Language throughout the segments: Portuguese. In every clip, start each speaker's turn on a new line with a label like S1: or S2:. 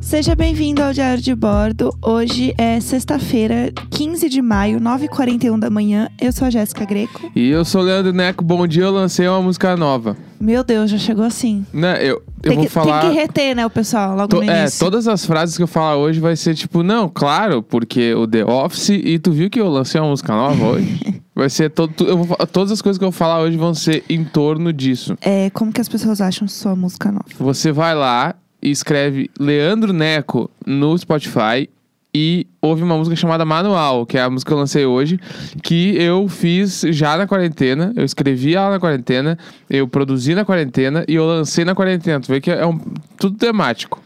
S1: Seja bem-vindo ao Diário de Bordo. Hoje é sexta-feira, 15 de maio, 9h41 da manhã. Eu sou a Jéssica Greco.
S2: E eu sou o Leandro Neco, bom dia, eu lancei uma música nova.
S1: Meu Deus, já chegou assim.
S2: Né, eu, eu
S1: Tem
S2: vou
S1: que,
S2: falar...
S1: tem que reter, né, o pessoal, logo
S2: to-
S1: no
S2: é,
S1: início.
S2: todas as frases que eu falar hoje vai ser tipo, não, claro, porque o The Office, e tu viu que eu lancei uma música nova hoje? Vai ser todo, tu- eu vou fa- todas as coisas que eu falar hoje vão ser em torno disso.
S1: É, como que as pessoas acham sua música nova?
S2: Você vai lá e escreve Leandro Neco no Spotify e ouve uma música chamada Manual, que é a música que eu lancei hoje, que eu fiz já na quarentena, eu escrevi ela na quarentena, eu produzi na quarentena e eu lancei na quarentena. Tu vê que é um, tudo temático.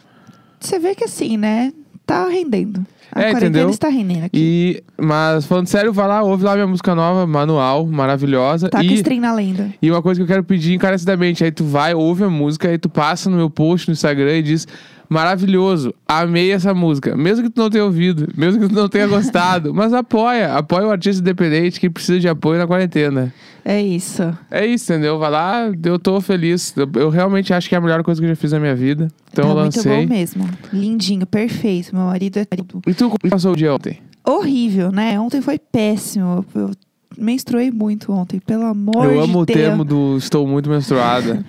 S1: Você vê que assim, né, tá rendendo. A
S2: É,
S1: quarentena
S2: entendeu?
S1: está rendendo aqui.
S2: E, mas falando sério, vai lá, ouve lá minha música nova, Manual, maravilhosa.
S1: Tá com
S2: e,
S1: stream na lenda.
S2: E uma coisa que eu quero pedir encarecidamente, aí tu vai, ouve a música, aí tu passa no meu post no Instagram e diz: maravilhoso, amei essa música. Mesmo que tu não tenha ouvido, mesmo que tu não tenha gostado, mas apoia, apoia o artista independente que precisa de apoio na quarentena.
S1: É isso.
S2: É isso, entendeu? Vai lá, eu tô feliz. Eu, eu realmente acho que é a melhor coisa que eu já fiz na minha vida. Então
S1: tá
S2: eu
S1: muito bom
S2: lancei.
S1: mesmo. Lindinho, perfeito. Meu marido é tudo.
S2: E tu como passou o dia ontem?
S1: horrível, né? Ontem foi péssimo. Eu menstruei muito ontem, pelo amor
S2: eu
S1: de
S2: amo o
S1: Deus.
S2: termo do estou muito menstruada.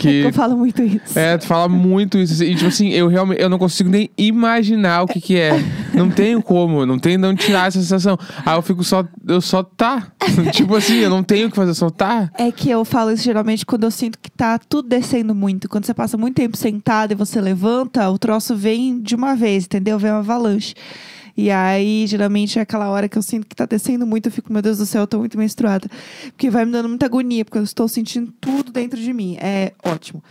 S2: que
S1: É Eu falo muito isso.
S2: É, tu fala muito isso. assim, E tipo assim, eu realmente eu não consigo nem imaginar o que que é. Não tenho como, não tenho de onde tirar essa sensação. Aí eu fico só, eu só tá. tipo assim, eu não tenho o que fazer, eu só tá.
S1: É que eu falo isso geralmente quando eu sinto que tá tudo descendo muito. Quando você passa muito tempo sentado e você levanta, o troço vem de uma vez, entendeu? Vem uma avalanche. E aí, geralmente, é aquela hora que eu sinto que tá descendo muito, eu fico, meu Deus do céu, eu tô muito menstruada. Porque vai me dando muita agonia, porque eu estou sentindo tudo dentro de mim. É ótimo.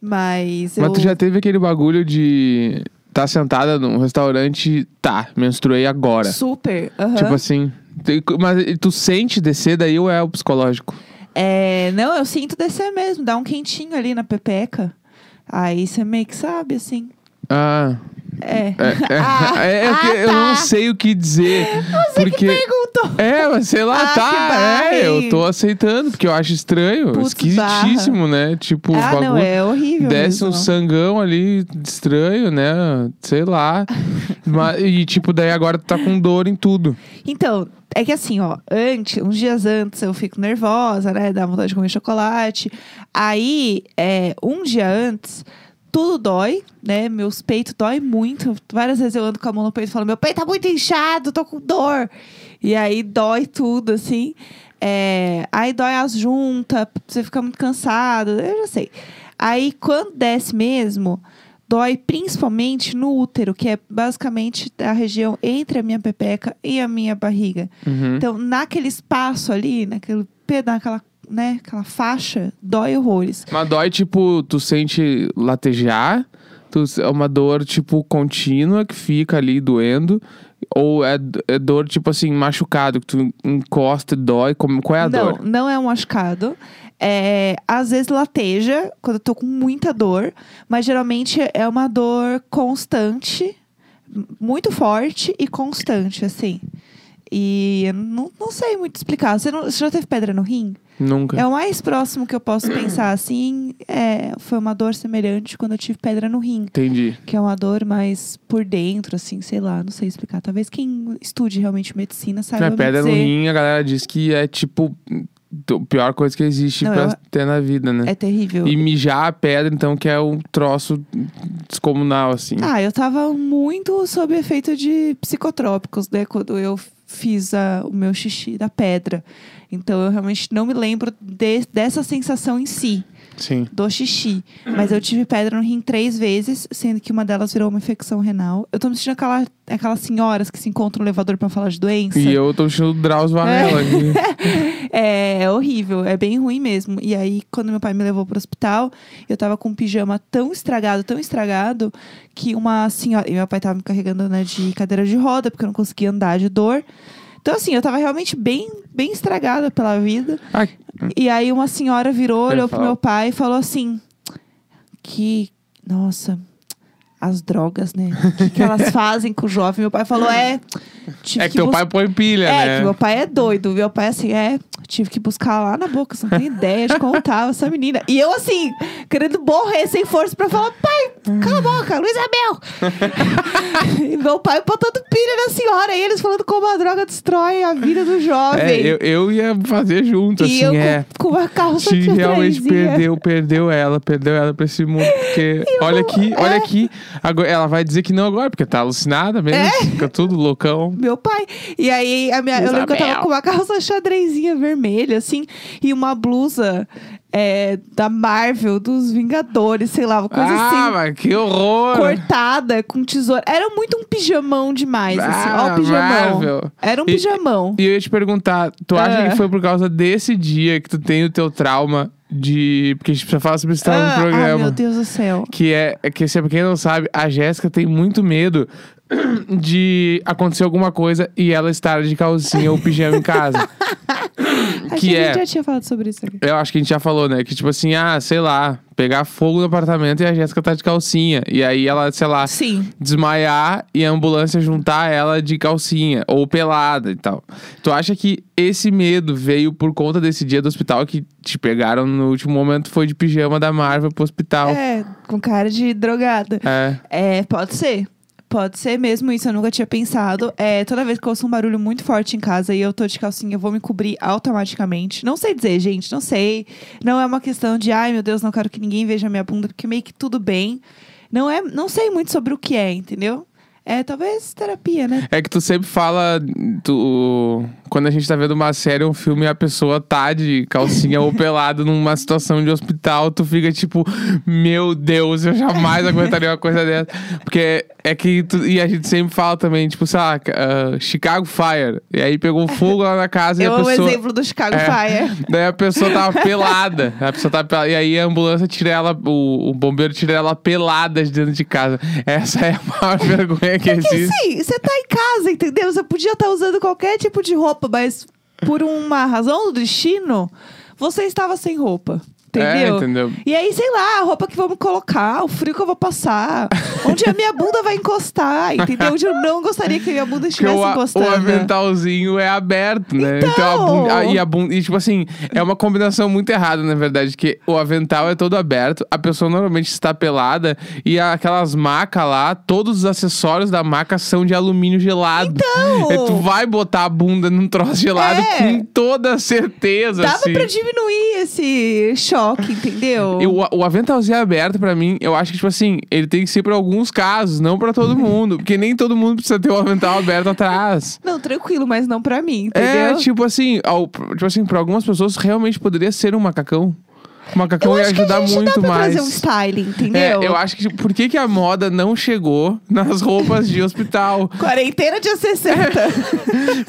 S1: Mas, eu.
S2: Mas tu já teve aquele bagulho de tá sentada num restaurante, tá, menstruei agora.
S1: Super. aham.
S2: Tipo assim. tem- Mas tu sente descer daí ou é o psicológico?
S1: É, não, eu sinto descer mesmo, dá um quentinho ali na pepeca. Aí você meio que sabe, assim.
S2: Ah.
S1: É.
S2: É, é,
S1: Ah,
S2: é, é que
S1: ah,
S2: eu não
S1: tá.
S2: sei o que dizer.
S1: Você que
S2: porque...
S1: perguntou.
S2: É, mas sei lá,
S1: Ah, que
S2: tá.
S1: barra,
S2: É,
S1: hein?
S2: eu tô aceitando, porque eu acho estranho.
S1: Putz,
S2: esquisitíssimo, né? Tipo, o
S1: ah,
S2: bagulho
S1: não, é horrível.
S2: desce um
S1: mesmo.
S2: sangão ali estranho, né? Sei lá. mas, e tipo, daí agora tu tá com dor em tudo.
S1: Então, é que assim, ó, antes, uns dias antes eu fico nervosa, né? Dá vontade de comer chocolate. Aí, é, um dia antes, tudo dói, né? Meus peitos dói muito. Várias vezes eu ando com a mão no peito e falo, meu peito tá muito inchado, tô com dor. E aí dói tudo, assim. É, aí dói as juntas, você fica muito cansado, eu já sei. Aí quando desce mesmo, dói principalmente no útero, que é basicamente a região entre a minha pepeca e a minha barriga.
S2: Uhum.
S1: Então, naquele espaço ali, naquele pedaço, naquela, né, aquela faixa, dói horrores.
S2: Mas dói, tipo, tu sente latejar. Tu, é uma dor, tipo, contínua que fica ali doendo. Ou é, é dor, tipo assim, machucado, que tu encosta e dói. Como, qual é a
S1: não,
S2: dor?
S1: não é um machucado. É, às vezes lateja, quando eu tô com muita dor, mas geralmente é uma dor constante, m- muito forte e constante, assim. E eu não, não sei muito explicar. Você, não- você já teve pedra no rim?
S2: Nunca.
S1: É o mais próximo que eu posso pensar, assim. É, foi uma dor semelhante quando eu tive pedra no rim.
S2: Entendi.
S1: Que é uma dor mais por dentro, assim, sei lá, não sei explicar. Talvez quem estude realmente medicina saiba
S2: Na
S1: me
S2: pedra no
S1: dizer.
S2: rim, a galera diz que é tipo a pior coisa que existe
S1: Não,
S2: pra
S1: eu-
S2: ter na vida, né?
S1: É terrível.
S2: E mijar a pedra, então, que é um troço descomunal, assim.
S1: Ah, eu tava muito sob efeito de psicotrópicos, né? Quando eu fiz a- o meu xixi da pedra. Então eu realmente não me lembro de- dessa sensação em si,
S2: Sim.
S1: do xixi. Mas eu tive pedra no rim três vezes, sendo que uma delas virou uma infecção renal. Eu tô me sentindo aquela, aquelas senhoras que se encontram no elevador pra falar de doença.
S2: E eu tô vestindo o Drauzio Varela aqui.
S1: É, é horrível, é bem ruim mesmo. E aí, quando meu pai me levou pro hospital, eu tava com um pijama tão estragado, tão estragado, que uma senhora. E meu pai tava me carregando né, de cadeira de roda, porque eu não conseguia andar de dor. Então, assim, eu tava realmente bem, bem estragada pela vida.
S2: Ah,
S1: E aí, uma senhora virou,
S2: Quer
S1: olhou pro
S2: falar?
S1: meu pai e falou assim: Que. Nossa. As drogas, né? O que, que elas fazem com o jovem? Meu pai falou: é. tive
S2: é que teu
S1: buscar-
S2: pai põe pilha,
S1: é,
S2: né?
S1: que meu pai é doido. Meu pai, assim, é. Tive que buscar lá na boca, você não tem ideia de como tava essa menina. E eu, assim, querendo morrer sem força pra falar, pai, Cala a boca, Luizabel! e meu pai botando pilha na senhora. E eles falando como a droga destrói a vida do jovem.
S2: É, eu, eu ia fazer junto,
S1: e
S2: assim,
S1: eu
S2: é.
S1: com, com uma carroça
S2: Se
S1: de
S2: realmente
S1: frenzinha.
S2: perdeu, perdeu ela, perdeu ela pra esse mundo. Porque
S1: Eu não-
S2: olha aqui, olha
S1: é.
S2: aqui. Agora, ela vai dizer que não agora, porque tá alucinada mesmo.
S1: É.
S2: Fica tudo loucão.
S1: Meu pai. E aí, a minha, eu lembro que eu
S2: Isabel.
S1: tava com uma calça xadrezinha vermelha, assim, e uma blusa é, da Marvel, dos Vingadores, sei lá, uma coisa
S2: ah,
S1: assim.
S2: mas que horror!
S1: Cortada com tesoura. Era muito um pijamão demais, assim. Ó,
S2: Ah,
S1: o pijamão.
S2: Marvel.
S1: Era um
S2: E-
S1: pijamão.
S2: E eu ia te perguntar, tu acha
S1: Ah.
S2: que foi por causa desse dia que tu tem o teu trauma de. Porque a gente precisa falar sobre esse trauma
S1: Ah,
S2: tá no
S1: ah,
S2: programa.
S1: meu Deus do céu.
S2: Que é, é que se pra quem não sabe, a Jéssica tem muito medo de acontecer alguma coisa e ela estar de calcinha ou pijama em casa.
S1: Acho
S2: que
S1: que a
S2: é.
S1: gente já tinha falado sobre isso aqui.
S2: Eu acho que a gente já falou, né? Que tipo assim, ah, sei lá, pegar fogo no apartamento e a Jéssica tá de calcinha. E aí ela, sei lá,
S1: Sim.
S2: desmaiar e a ambulância juntar ela de calcinha ou pelada e tal. Tu acha que esse medo veio por conta desse dia do hospital que te pegaram no último momento foi de pijama da Marvel pro hospital?
S1: É, com cara de drogada.
S2: É.
S1: É, pode ser. Pode ser mesmo isso, eu nunca tinha pensado. É, toda vez que eu ouço um barulho muito forte em casa e eu tô de calcinha, eu vou me cobrir automaticamente. Não sei dizer, gente, não sei. Não é uma questão de, ai meu Deus, não quero que ninguém veja minha bunda, porque meio que tudo bem. Não é, não sei muito sobre o que é, entendeu? É, talvez terapia, né?
S2: É que tu sempre fala. Tu, quando a gente tá vendo uma série, um filme, a pessoa tá de calcinha ou pelado numa situação de hospital, tu fica tipo, meu Deus, eu jamais aguentaria uma coisa dessa. Porque é que. tu- e a gente sempre fala também, tipo, sei lá, ah, Chicago Fire. E aí pegou um fogo lá na casa
S1: eu
S2: e a
S1: amo o
S2: pessoa.
S1: exemplo do Chicago
S2: É.
S1: Fire.
S2: Daí a pessoa tava pelada. A pessoa tava pelada. E aí a ambulância tira ela, o, o bombeiro tira ela pelada de dentro de casa. Essa é a maior vergonha
S1: Porque
S2: que existe.
S1: assim, você tá em casa, entendeu? Você podia estar usando qualquer tipo de roupa, mas por uma razão do destino, você estava sem roupa. Entendeu?
S2: É, entendeu?
S1: E aí, sei lá, a roupa que vamos colocar, o frio que eu vou passar, onde a minha bunda vai encostar, entendeu? Onde eu não gostaria que a minha bunda
S2: Porque
S1: estivesse
S2: o, a-
S1: encostando.
S2: o aventalzinho é aberto, né?
S1: Então!
S2: a bun- a- e, a bun- e, tipo assim, é uma combinação muito errada, na verdade, que o avental é todo aberto, a pessoa normalmente está pelada e a- aquelas macas lá, todos os acessórios da maca são de alumínio gelado.
S1: Então!
S2: E tu vai botar a bunda num troço gelado
S1: É!
S2: com toda certeza,
S1: Dava
S2: assim.
S1: pra diminuir esse choque, entendeu?
S2: Eu- o aventalzinho é aberto, pra mim, eu acho que, tipo assim, ele tem que ser pra alguns casos, não pra todo mundo. porque nem todo mundo precisa ter o avental aberto atrás.
S1: Não, tranquilo, mas não pra mim,
S2: É,
S1: entendeu?
S2: tipo assim, ao- tipo assim, pra algumas pessoas realmente poderia ser um macacão. O macacão
S1: eu
S2: ia
S1: acho que
S2: ajudar
S1: a gente
S2: muito
S1: dá pra
S2: mais.
S1: trazer um styling,
S2: É,
S1: entendeu?
S2: eu acho que tipo, por que, que a moda não chegou nas roupas de hospital?
S1: Quarentena de 60.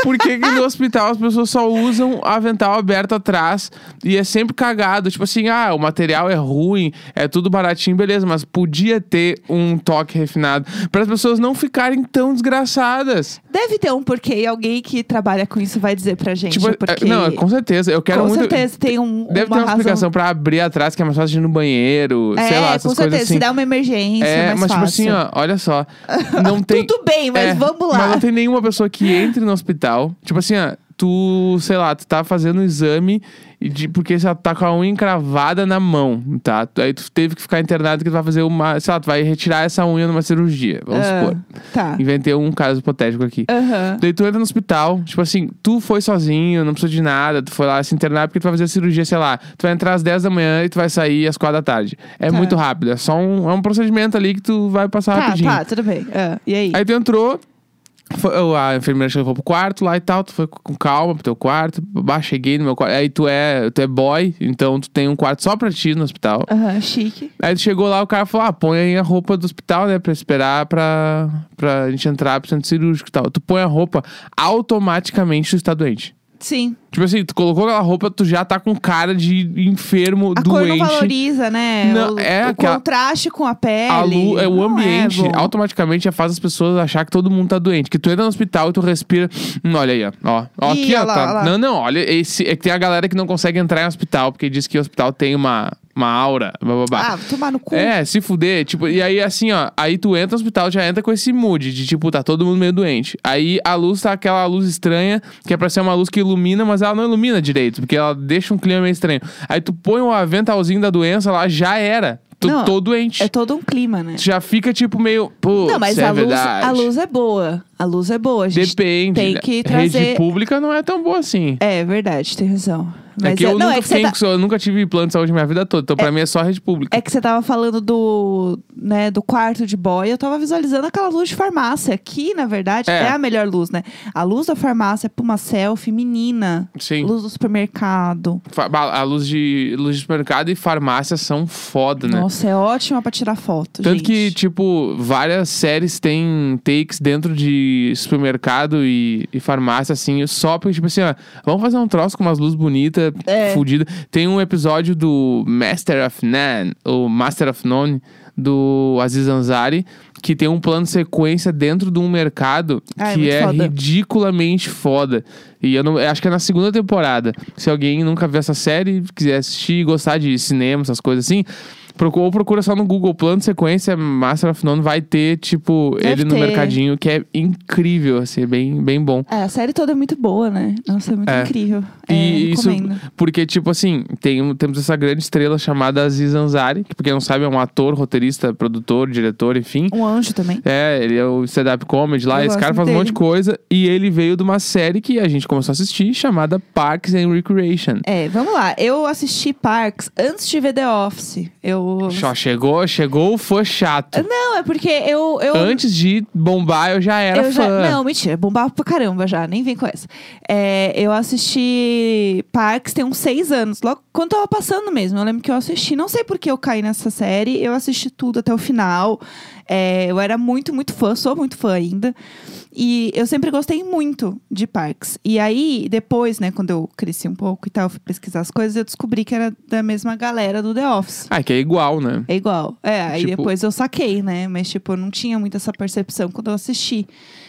S2: Por que, que no hospital as pessoas só usam avental aberto atrás e é sempre cagado? Tipo assim, ah, o material é ruim, é tudo baratinho, beleza, mas podia ter um toque refinado para as pessoas não ficarem tão desgraçadas.
S1: Deve ter um porquê e alguém que trabalha com isso vai dizer pra gente.
S2: Tipo,
S1: o porquê.
S2: é, não, com certeza. Eu quero
S1: Com
S2: muito.
S1: certeza tem um-
S2: Deve ter
S1: uma
S2: uma
S1: razão.
S2: explicação pra abrir atrás, que é mais fácil de ir no banheiro,
S1: é,
S2: sei lá, essas
S1: com
S2: coisas
S1: certeza.
S2: assim.
S1: Se dá uma emergência, é
S2: é,
S1: mais
S2: mas tipo
S1: fácil.
S2: assim, ó, olha só. Não tem.
S1: Tudo bem, mas
S2: é,
S1: vamos lá.
S2: Mas não tem nenhuma pessoa que entre no hospital. Tipo assim, ó, tu, sei lá, tu tá fazendo um exame e de, porque você tá com a unha encravada na mão, tá? Tu- Aí tu teve que ficar internado que tu vai fazer uma. Sei lá, tu vai retirar essa unha numa cirurgia, vamos
S1: Ah,
S2: supor.
S1: Tá.
S2: Inventei um caso hipotético aqui.
S1: Aham.
S2: Daí tu entra no hospital, tipo assim, tu foi sozinho, não precisou de nada, tu foi lá se internar porque tu vai fazer a cirurgia, sei lá. Tu vai entrar às 10 da manhã e tu vai sair às 4 da tarde. É
S1: Tá.
S2: muito rápido, é só um, é um procedimento ali que tu vai passar
S1: Tá,
S2: rapidinho.
S1: tá, tudo bem. Ah, e aí?
S2: Aí tu entrou, foi- a enfermeira chegou pro quarto lá e tal, tu foi com calma pro teu quarto, bah, cheguei no meu quarto. Aí tu é, tu é boy, então tu tem um quarto só pra ti no hospital.
S1: Aham, chique.
S2: Aí tu chegou lá, o cara falou: ah, põe aí a roupa do hospital, né? Pra esperar pra, pra gente entrar pro centro cirúrgico e tal. Tu põe a roupa, automaticamente tu está doente.
S1: Sim.
S2: Tipo assim, tu colocou aquela roupa, tu já tá com cara de enfermo,
S1: A cor
S2: doente.
S1: não valoriza, né?
S2: Não,
S1: o
S2: é
S1: o
S2: aquela-
S1: contraste com a pele.
S2: A lu- é, o
S1: Não
S2: ambiente
S1: é bom.
S2: automaticamente já faz as pessoas achar que todo mundo tá doente. Que tu entra no hospital e tu respira. Hum, olha aí, ó. ó ó,
S1: Ih,
S2: aqui, ó.
S1: olha lá,
S2: tá-
S1: olha lá.
S2: Não, não, olha. Esse, é que tem a galera que não consegue entrar em hospital, porque diz que o hospital tem uma, uma aura. Blá, blá, blá.
S1: Ah, vou tomar no cu.
S2: É, se fuder, tipo, e aí assim, ó, aí tu entra no hospital, já entra com esse mood de tipo, tá todo mundo meio doente. Aí a luz tá aquela luz estranha, que é pra ser uma luz que ilumina, mas ela não um ilumina direito, porque ela deixa um clima meio estranho. Aí tu põe o aventalzinho da doença lá, já era. Tu-
S1: Não,
S2: tô doente.
S1: É todo um clima, né?
S2: Tu já fica tipo meio. Pô,
S1: não, mas
S2: isso é
S1: a, luz,
S2: verdade.
S1: a luz é boa. A luz é boa. A gente
S2: Depende.
S1: tem
S2: né?
S1: que
S2: Rede
S1: trazer-
S2: pública não é tão boa assim.
S1: É verdade, tem razão. Mas
S2: é que eu
S1: não,
S2: nunca
S1: é que você
S2: fiquei
S1: tá-
S2: com isso, eu nunca tive plano de saúde minha vida toda. Então, pra mim, é só rede pública.
S1: É que você tava falando do, né, do quarto de boy, eu tava visualizando aquela luz de farmácia, que na verdade
S2: É.
S1: é, a melhor luz, né? A luz da farmácia é pra uma selfie menina,
S2: Sim.
S1: luz do supermercado.
S2: Fa- A luz de, luz de supermercado e farmácia são foda, né?
S1: Nossa, é ótima pra tirar foto,
S2: Tanto
S1: gente.
S2: que, tipo, várias séries têm takes dentro de supermercado e, e farmácia, assim, só porque, tipo assim, ó, vamos fazer um troço com umas luzes bonitas,
S1: É.
S2: fodidas. Tem um episódio do Master of None, ou Master of None, do Aziz Ansari, que tem um plano sequência dentro de um mercado
S1: Ah, é
S2: que
S1: muito
S2: é,
S1: foda.
S2: ridiculamente foda. E eu não, eu acho que é na segunda temporada. Se alguém nunca viu essa série, quiser assistir e gostar de cinema, essas coisas assim, procura, ou procura só no Google Plano Sequência, Master of None vai ter, tipo,
S1: Deve
S2: ele no
S1: ter.
S2: mercadinho, que é incrível, assim, é bem, bem bom.
S1: É, a série toda é muito boa, né? Nossa, é muito
S2: É.
S1: incrível. É,
S2: E isso,
S1: recomendo.
S2: porque, tipo assim, tem, um- temos essa grande estrela chamada Aziz Ansari, que, pra quem não sabe, é um ator, roteirista, produtor, diretor, enfim.
S1: Um anjo também.
S2: É, ele é o stand-up comedy lá.
S1: Eu
S2: Esse
S1: gosto
S2: cara
S1: muito
S2: faz um monte de
S1: dele.
S2: coisa. E ele veio de uma série que a gente começou a assistir chamada Parks and Recreation.
S1: É, vamos lá. Eu assisti Parks antes de ver The Office. Eu.
S2: Só chegou, chegou, foi chato.
S1: Não, é porque eu. eu...
S2: Antes de bombar, eu já era
S1: eu já-
S2: fã.
S1: Não, mentira, bombava pra caramba já, nem vem com essa. É, eu assisti Parks tem uns seis anos, logo quando tava passando mesmo. Eu lembro que eu assisti, não sei por que eu caí nessa série, eu assisti tudo até o final. É, eu era muito, muito fã, sou muito fã ainda. E eu sempre gostei muito de Parks. E aí, depois, né, quando eu cresci um pouco e tal, eu fui pesquisar as coisas, eu descobri que era da mesma galera do The Office.
S2: Ah, que é igual, né?
S1: É igual. É, aí
S2: Tipo-
S1: depois eu saquei, né? Mas, tipo, eu não tinha muito essa percepção quando eu assisti.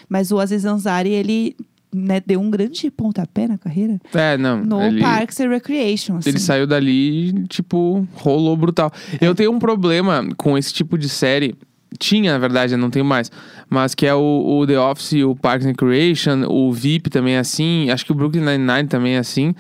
S1: Mas o Aziz Ansari, ele né, deu um grande pontapé na carreira
S2: É, não.
S1: no
S2: ele...
S1: Parks and Recreation. Assim. É.
S2: Ele saiu dali e, tipo, rolou brutal. Eu tenho um problema com esse tipo de série. Tinha, na verdade, eu não tenho mais. Mas que é o, o The Office, o Parks and Recreation, o VIP também é assim. Acho que o Brooklyn Nine-Nine também é assim.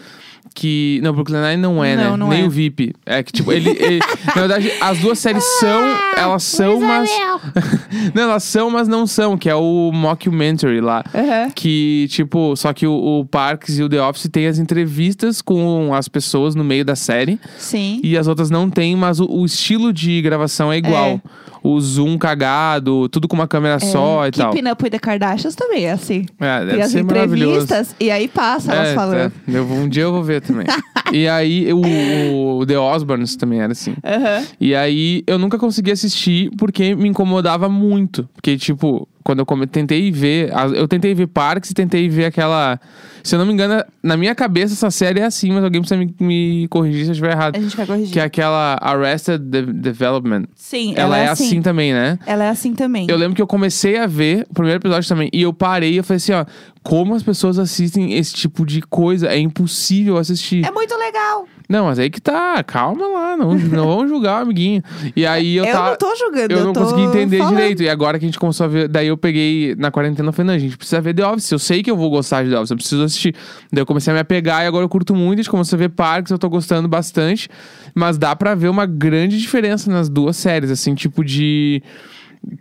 S2: Que. Não, Brooklyn Nine não é, né?
S1: Não, não
S2: Nem
S1: é.
S2: o VIP. É que, tipo, ele. ele- na verdade, as duas séries são.
S1: Ah,
S2: Elas são,
S1: é,
S2: mas.
S1: né?
S2: não, elas são, mas não são, que é o Mockumentary lá.
S1: Aham.
S2: Que, tipo, só que o, o Parks e o The Office tem as entrevistas com as pessoas no meio da série.
S1: Sim.
S2: E as outras não tem, mas o, o estilo de gravação é igual. O zoom cagado, tudo com uma câmera
S1: É.
S2: só e tal.
S1: Keeping Up with the Kardashians também é assim.
S2: É, deve
S1: Tem as
S2: ser maravilhoso.
S1: entrevistas e aí passa elas
S2: É,
S1: falando.
S2: é. Eu vou- um dia eu vou ver também. e aí, o, o The Osbournes também era assim.
S1: Aham.
S2: E aí, eu nunca consegui assistir porque me incomodava muito. Porque, tipo, quando eu come- tentei ver. a- Eu tentei ver Parks e tentei ver aquela. Se eu não me engano, na minha cabeça essa série é assim, mas alguém precisa me, me corrigir se eu estiver errado.
S1: A gente vai corrigir.
S2: Que é aquela Arrested De- Development.
S1: Sim,
S2: Ela, é assim. também, né?
S1: Ela é assim também.
S2: Eu lembro que eu comecei a ver o primeiro episódio também. E eu parei e eu falei assim, ó. Como as pessoas assistem esse tipo de coisa? É impossível assistir.
S1: É muito legal.
S2: Não, mas aí que tá. Calma lá. Não, não vamos julgar, amiguinho. E aí eu,
S1: Eu,
S2: tava...
S1: não tô julgando.
S2: Eu, não
S1: tô
S2: consegui entender
S1: falando.
S2: direito. E agora que a gente começou a ver. Daí eu peguei na quarentena eu falei, não, gente precisa ver The Office. Eu sei que eu vou gostar de The Office, eu preciso assistir. Daí eu comecei a me apegar e agora eu curto muito. A gente começou a ver Parks, eu tô gostando bastante. Mas dá pra ver uma grande diferença nas duas séries, assim, tipo de.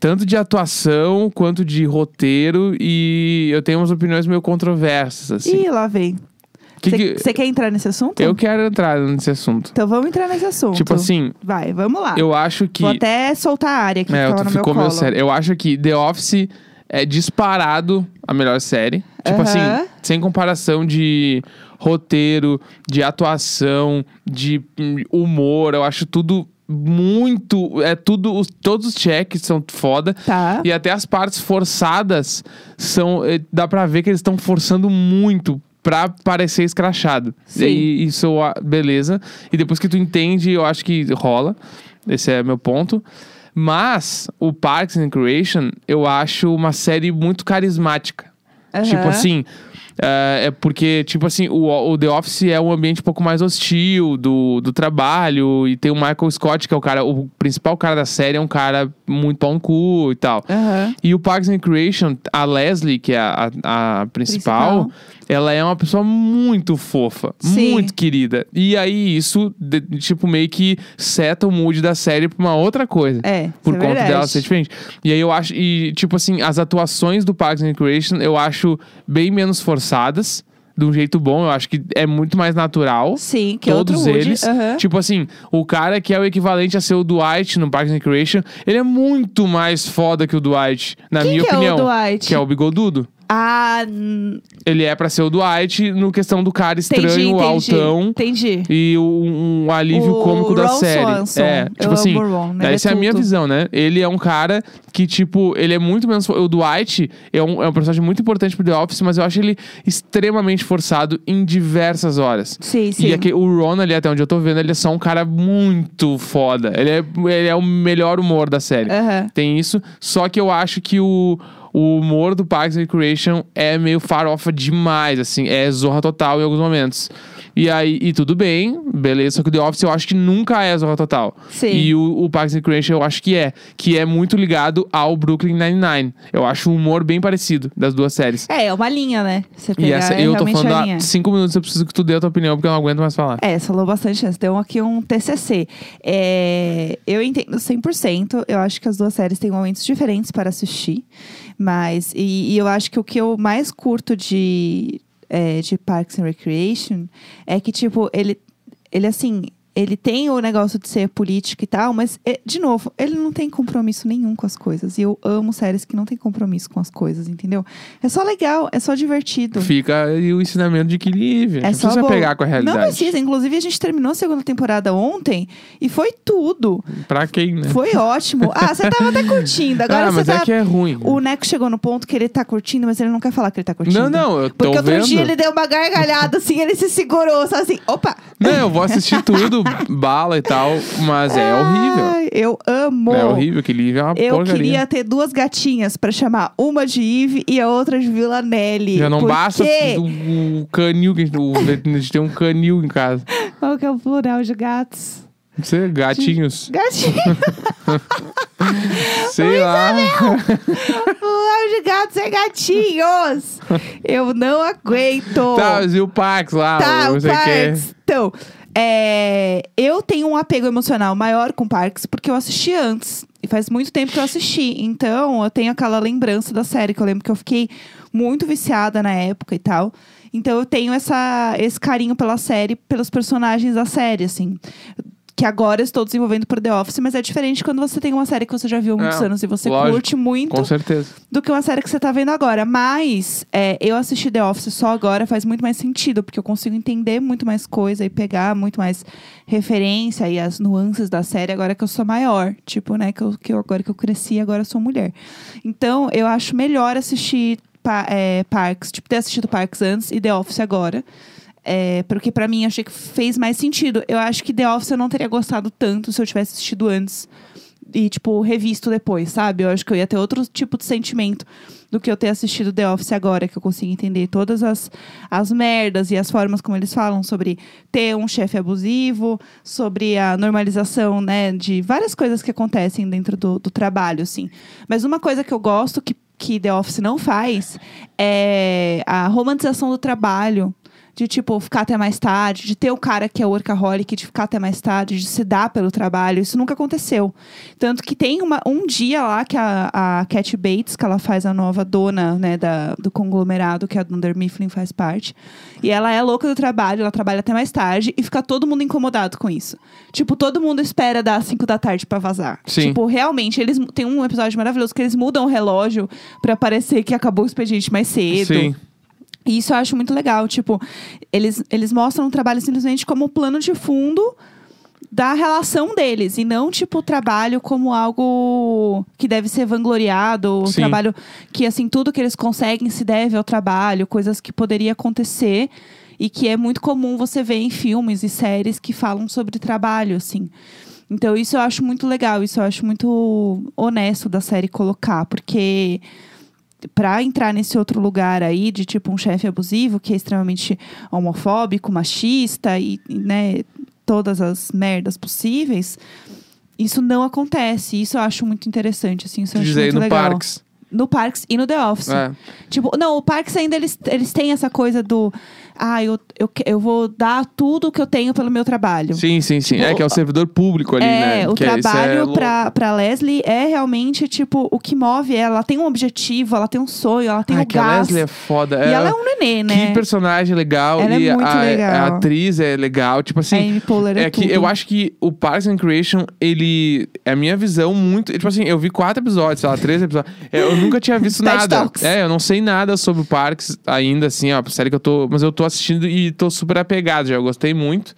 S2: Tanto de atuação quanto de roteiro. E eu tenho umas opiniões meio controversas, assim.
S1: Ih, lá vem.
S2: Que
S1: Você
S2: que-
S1: você quer entrar nesse assunto?
S2: Eu quero entrar nesse assunto.
S1: Então vamos entrar nesse assunto.
S2: Tipo assim,
S1: Vai, vamos lá.
S2: eu acho que.
S1: Vou até soltar a área que
S2: É,
S1: tava
S2: tu
S1: no
S2: ficou
S1: meu
S2: meio
S1: colo.
S2: sério. Eu acho que The Office é disparado a melhor série. Tipo
S1: Aham.
S2: assim, sem comparação de roteiro, de atuação, de hum, humor. Eu acho tudo muito. É tudo. os- Todos os checks são foda.
S1: Tá.
S2: E até as partes forçadas são. eh, Dá pra ver que eles estão forçando muito pra parecer escrachado.
S1: Sim.
S2: E isso, eu a- beleza. E depois que tu entende, eu acho que rola. Esse é meu ponto. Mas o Parks and Recreation, eu acho uma série muito carismática.
S1: Aham.
S2: Tipo assim, Ah, é porque, tipo assim, o, o The Office é um ambiente um pouco mais hostil do, do trabalho. E tem o Michael Scott, que é o cara, o principal cara da série, é um cara muito pau no cu e tal.
S1: Aham.
S2: E o Parks and Recreation, a Leslie, que é a, a- a principal,
S1: Principal.
S2: ela é uma pessoa muito fofa,
S1: Sim.
S2: muito querida. E aí isso, de- tipo, meio que seta o mood da série pra uma outra coisa.
S1: É. isso
S2: Por
S1: é
S2: conta
S1: verdade.
S2: dela ser tipo, diferente. E aí eu acho, e tipo assim, as atuações do Parks and Recreation eu acho bem menos forçadas, de um jeito bom, eu acho que é muito mais natural
S1: Sim, que é outro
S2: todos
S1: Woody.
S2: eles.
S1: Aham.
S2: Tipo assim, o cara que é o equivalente a ser o Dwight no Parks and Recreation, ele é muito mais foda que o Dwight, na
S1: Quem
S2: minha
S1: que
S2: opinião.
S1: é o Dwight?
S2: Que é o bigodudo.
S1: Ah, hum,
S2: Ele é pra ser o Dwight no questão do cara
S1: entendi,
S2: estranho,
S1: entendi.
S2: altão.
S1: Entendi.
S2: E um, um alívio
S1: O
S2: cômico da
S1: Ron
S2: série.
S1: Swanson.
S2: É,
S1: Eu
S2: tipo
S1: amo
S2: assim.
S1: o Ron, né? Ele é
S2: Essa é a minha
S1: tudo.
S2: visão, né? Ele é um cara que, tipo, ele é muito menos. fo- O Dwight é um, é um personagem muito importante pro The Office, mas eu acho ele extremamente forçado em diversas horas.
S1: Sim, sim.
S2: E aquele, o Ron ali, até onde eu tô vendo, ele é só um cara muito foda. Ele é, ele é o melhor humor da série.
S1: Aham.
S2: Tem isso. Só que eu acho que o, o humor do Parks and Recreation é meio farofa demais, assim. É zorra total em alguns momentos. E aí, e tudo bem, beleza. Só que o The Office eu acho que nunca é zorra total.
S1: Sim.
S2: E o, o Parks and Recreation eu acho que é. Que é muito ligado ao Brooklyn Nine-Nine. Eu acho o humor bem parecido das duas séries.
S1: É, é uma linha, né? Você pegar,
S2: E essa,
S1: é
S2: eu tô
S1: realmente
S2: falando
S1: a linha.
S2: há cinco minutos, eu preciso que tu dê a tua opinião, porque eu não aguento mais falar.
S1: É, você falou bastante antes. Deu aqui um TCC. É, eu entendo 100%. Eu acho que as duas séries têm momentos diferentes para assistir. Mas... E, e eu acho que o que eu mais curto de, é, de Parks and Recreation é que, tipo, ele... Ele, assim... Ele tem o negócio de ser político e tal, mas, é, de novo, ele não tem compromisso nenhum com as coisas. E eu amo séries que não tem compromisso com as coisas, entendeu? É só legal, é só divertido.
S2: Fica aí o ensinamento de que livre.
S1: É
S2: não
S1: só
S2: precisa
S1: bom.
S2: pegar com a realidade.
S1: Não precisa. Inclusive, a gente terminou a segunda temporada ontem e foi tudo.
S2: Pra quem, né?
S1: Foi ótimo. Ah, você tava até curtindo. Agora
S2: ah,
S1: você
S2: mas
S1: tá.
S2: é que é ruim.
S1: O Neco chegou no ponto que ele tá curtindo, mas ele não quer falar que ele tá curtindo.
S2: Não, não, eu tô
S1: Porque outro
S2: vendo.
S1: dia ele deu uma gargalhada, assim, ele se segurou, sabe assim, opa!
S2: Não, eu vou assistir tudo, bala e tal, mas é horrível.
S1: Ai, eu amo.
S2: É horrível, que livro é uma
S1: Ah, Eu
S2: porcaria.
S1: queria ter duas gatinhas pra chamar uma de Eve e a outra de Villanelli.
S2: Já não
S1: Por
S2: basta
S1: quê?
S2: o, o canil, que a gente, o- a gente tem um canil em casa.
S1: Qual que é o plural de gatos?
S2: Você, gatinhos,
S1: Gatinhos!
S2: sei lá.
S1: Plural de gatos é gatinhos. Eu não aguento.
S2: Tá, mas e o Pax lá,
S1: Tá,
S2: não
S1: o
S2: sei o que.
S1: Parks. Então, é, eu tenho um apego emocional maior com Parks porque eu assisti antes. E faz muito tempo que eu assisti. Então, eu tenho aquela lembrança da série que eu lembro que eu fiquei muito viciada na época e tal. Então, eu tenho essa, esse carinho pela série, pelos personagens da série, assim. Que agora eu estou desenvolvendo pro The Office, mas é diferente quando você tem uma série que você já viu há muitos
S2: É,
S1: anos e você
S2: lógico,
S1: curte muito
S2: Com certeza.
S1: do que uma série que você tá vendo agora. Mas é, eu assisti The Office só agora faz muito mais sentido, porque eu consigo entender muito mais coisa e pegar muito mais referência e as nuances da série agora que eu sou maior. Tipo, né, que eu, que eu- agora que eu cresci, agora eu sou mulher. Então, eu acho melhor assistir pa- é, Parks, tipo, ter assistido Parks antes e The Office agora. É, porque pra mim achei que fez mais sentido. Eu acho que The Office eu não teria gostado tanto se eu tivesse assistido antes e, tipo, revisto depois, sabe? Eu acho que eu ia ter outro tipo de sentimento do que eu ter assistido The Office agora, que eu consigo entender todas as, as merdas e as formas como eles falam sobre ter um chefe abusivo, sobre a normalização, né, de várias coisas que acontecem dentro do, do trabalho, assim. Mas uma coisa que eu gosto que, que The Office não faz é a romantização do trabalho. De, tipo, ficar até mais tarde, de ter o cara que é workaholic, de ficar até mais tarde, de se dar pelo trabalho. Isso nunca aconteceu. Tanto que tem uma- um dia lá que a, a Cat Bates, que ela faz a nova dona, né, da, do conglomerado, que a Dunder Mifflin faz parte. E ela é louca do trabalho, ela trabalha até mais tarde e fica todo mundo incomodado com isso. Tipo, todo mundo espera das 5 da tarde pra vazar.
S2: Sim.
S1: Tipo, realmente, eles mu- tem um episódio maravilhoso que eles mudam o relógio pra parecer que acabou o expediente mais cedo.
S2: Sim.
S1: E isso eu acho muito legal. Tipo, eles, eles mostram o trabalho simplesmente como o plano de fundo da relação deles. E não, tipo, o trabalho como algo que deve ser vangloriado. O
S2: Sim.
S1: trabalho que, assim, tudo que eles conseguem se deve ao trabalho. Coisas que poderia acontecer. E que é muito comum você ver em filmes e séries que falam sobre trabalho, assim. Então, isso eu acho muito legal. Isso eu acho muito honesto da série colocar. Porque pra entrar nesse outro lugar aí de tipo um chefe abusivo que é extremamente homofóbico, machista e, e, né, todas as merdas possíveis, isso não acontece. Isso eu acho muito interessante, assim, isso eu acho
S2: Diz aí
S1: muito
S2: no
S1: legal.
S2: Parks.
S1: No Parks e no The Office.
S2: É.
S1: Tipo, não, o Parks ainda eles, eles têm essa coisa do. Ah, eu, eu, que- eu vou dar tudo que eu tenho pelo meu trabalho.
S2: Sim, sim, sim.
S1: Tipo,
S2: é que é o servidor público ali,
S1: é,
S2: né?
S1: o
S2: que é- isso é
S1: trabalho
S2: lou-
S1: pra, pra Leslie é realmente, tipo, o que move ela. Ela tem um objetivo, ela tem um sonho, ela tem
S2: Ai,
S1: um
S2: que a
S1: gás.
S2: Leslie é foda.
S1: E ela é um nenê, né?
S2: Que personagem legal.
S1: Ela é
S2: e
S1: muito
S2: a,
S1: legal.
S2: a atriz é legal. Tipo
S1: A
S2: assim,
S1: Amy Poehler é,
S2: É que
S1: tudo.
S2: eu acho que o Parks and Creation, ele. É a minha visão muito. Tipo assim, eu vi quatro episódios, sei lá, três episódios. É, Eu nunca tinha visto
S1: TED
S2: nada.
S1: Talks.
S2: É, eu não sei nada sobre o Parks ainda, assim, ó. Série que eu tô. Mas eu tô assistindo e tô super apegado já. Eu gostei muito.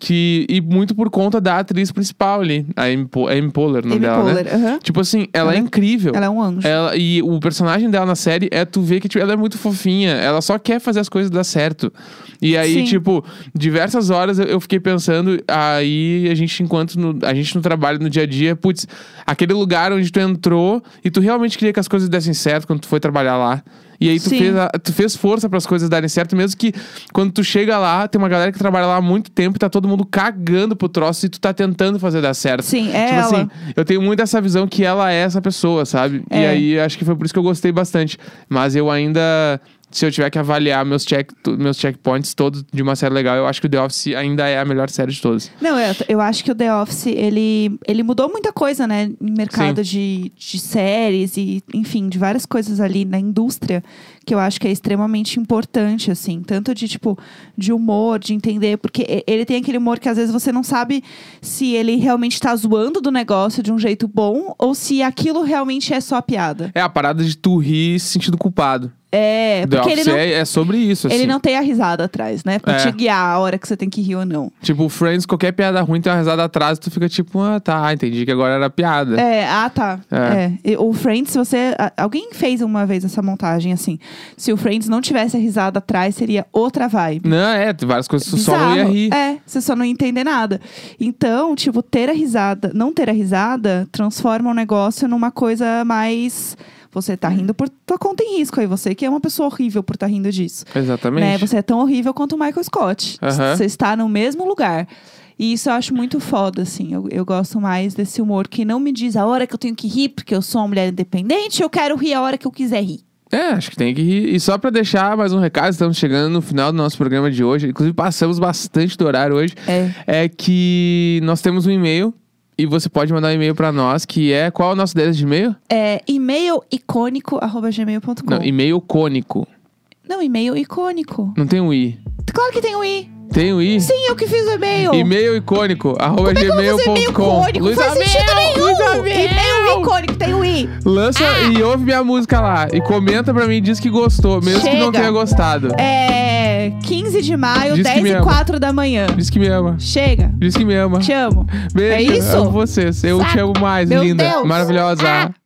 S2: Que, e muito por conta da atriz principal ali, a Amy, Po- Amy Poehler, o nome
S1: Amy
S2: dela, né?
S1: Poehler, aham.
S2: Tipo assim, ela,
S1: Ela
S2: é incrível.
S1: Ela é um anjo.
S2: Ela- e o personagem dela na série é tu vê que tipo, ela é muito fofinha, ela só quer fazer as coisas dar certo. E aí,
S1: Sim.
S2: tipo, diversas horas eu, eu fiquei pensando, aí a gente, enquanto no- a gente no trabalho, no dia a dia, putz, aquele lugar onde tu entrou e tu realmente queria que as coisas dessem certo quando tu foi trabalhar lá. E aí tu
S1: Sim.
S2: fez, a- tu fez força para as coisas darem certo, mesmo que quando tu chega lá, tem uma galera que trabalha lá há muito tempo e tá todo mundo cagando pro troço e tu tá tentando fazer dar certo.
S1: Sim, é
S2: Tipo
S1: ela.
S2: assim, eu tenho muito essa visão que ela é essa pessoa, sabe? E
S1: É.
S2: aí acho que foi por isso que eu gostei bastante. Mas eu ainda, se eu tiver que avaliar meus, check, tu- meus checkpoints todos de uma série legal, eu acho que o The Office ainda é a melhor série de todas.
S1: Não, eu, eu acho que o The Office, ele, ele mudou muita coisa, né? No mercado de, de séries e, enfim, de várias coisas ali na indústria, que eu acho que é extremamente importante, assim. Tanto de, tipo, de humor, de entender. Porque e- ele tem aquele humor que às vezes você não sabe se ele realmente tá zoando do negócio de um jeito bom ou se aquilo realmente é só piada.
S2: É a parada de tu rir se sentindo culpado.
S1: É,
S2: The
S1: porque
S2: Office
S1: ele não,
S2: é, é sobre isso, assim.
S1: ele não tem a risada atrás, né? Pra
S2: É.
S1: te guiar a hora que você tem que rir ou não.
S2: Tipo, Friends, qualquer piada ruim tem uma risada atrás e tu fica tipo, ah, tá, entendi que agora era piada.
S1: É, ah, tá.
S2: É.
S1: É. E O Friends, se você. a- Alguém fez uma vez essa montagem assim. Se o Friends não tivesse a risada atrás, seria outra vibe.
S2: Não, é, tem várias coisas que tu só não
S1: Bizarro.
S2: ia rir.
S1: É, você só não ia entender nada. Então, tipo, ter a risada, não ter a risada, transforma o negócio numa coisa mais. Você tá rindo por tua conta em risco aí. Você que é uma pessoa horrível por estar rindo disso.
S2: Exatamente.
S1: Né? Você é tão horrível quanto o Michael Scott.
S2: Aham.
S1: Você está no mesmo lugar. E isso eu acho muito foda, assim. Eu, eu gosto mais desse humor que não me diz a hora que eu tenho que rir, porque eu sou uma mulher independente, eu quero rir a hora que eu quiser rir.
S2: É, acho que tem que rir. E só pra deixar mais um recado, estamos chegando no final do nosso programa de hoje. Inclusive, passamos bastante do horário hoje.
S1: É.
S2: É que nós temos um e-mail e você pode mandar um e-mail pra nós, que é qual é o nosso endereço de e-mail?
S1: É e-mail icônico, arroba gmail.com.
S2: Não, e-mail cônico.
S1: Não, e-mail icônico.
S2: Não tem um i.
S1: Claro que tem um i.
S2: Tem um i.
S1: Sim, eu que fiz o e-mail.
S2: E-mail icônico, arroba
S1: Como é que eu vou fazer e-mail
S2: gmail.com.
S1: icônico?
S2: Luiz
S1: Não faz sentido
S2: Amel! Luiz
S1: nenhum.
S2: Amel!
S1: E-mail icônico, tem um i.
S2: Lança e ouve minha música lá. E comenta pra mim, diz que gostou, mesmo que não
S1: Chega.
S2: tenha gostado.
S1: É 15 de maio,
S2: Diz que
S1: 10
S2: me
S1: e
S2: ama.
S1: 4 da manhã.
S2: Diz que me ama.
S1: Chega,
S2: Diz que me ama.
S1: te amo.
S2: Beijo,
S1: É isso?
S2: amo vocês. Eu
S1: Saco.
S2: te amo mais,
S1: Meu
S2: linda,
S1: Deus.
S2: maravilhosa.
S1: Ah.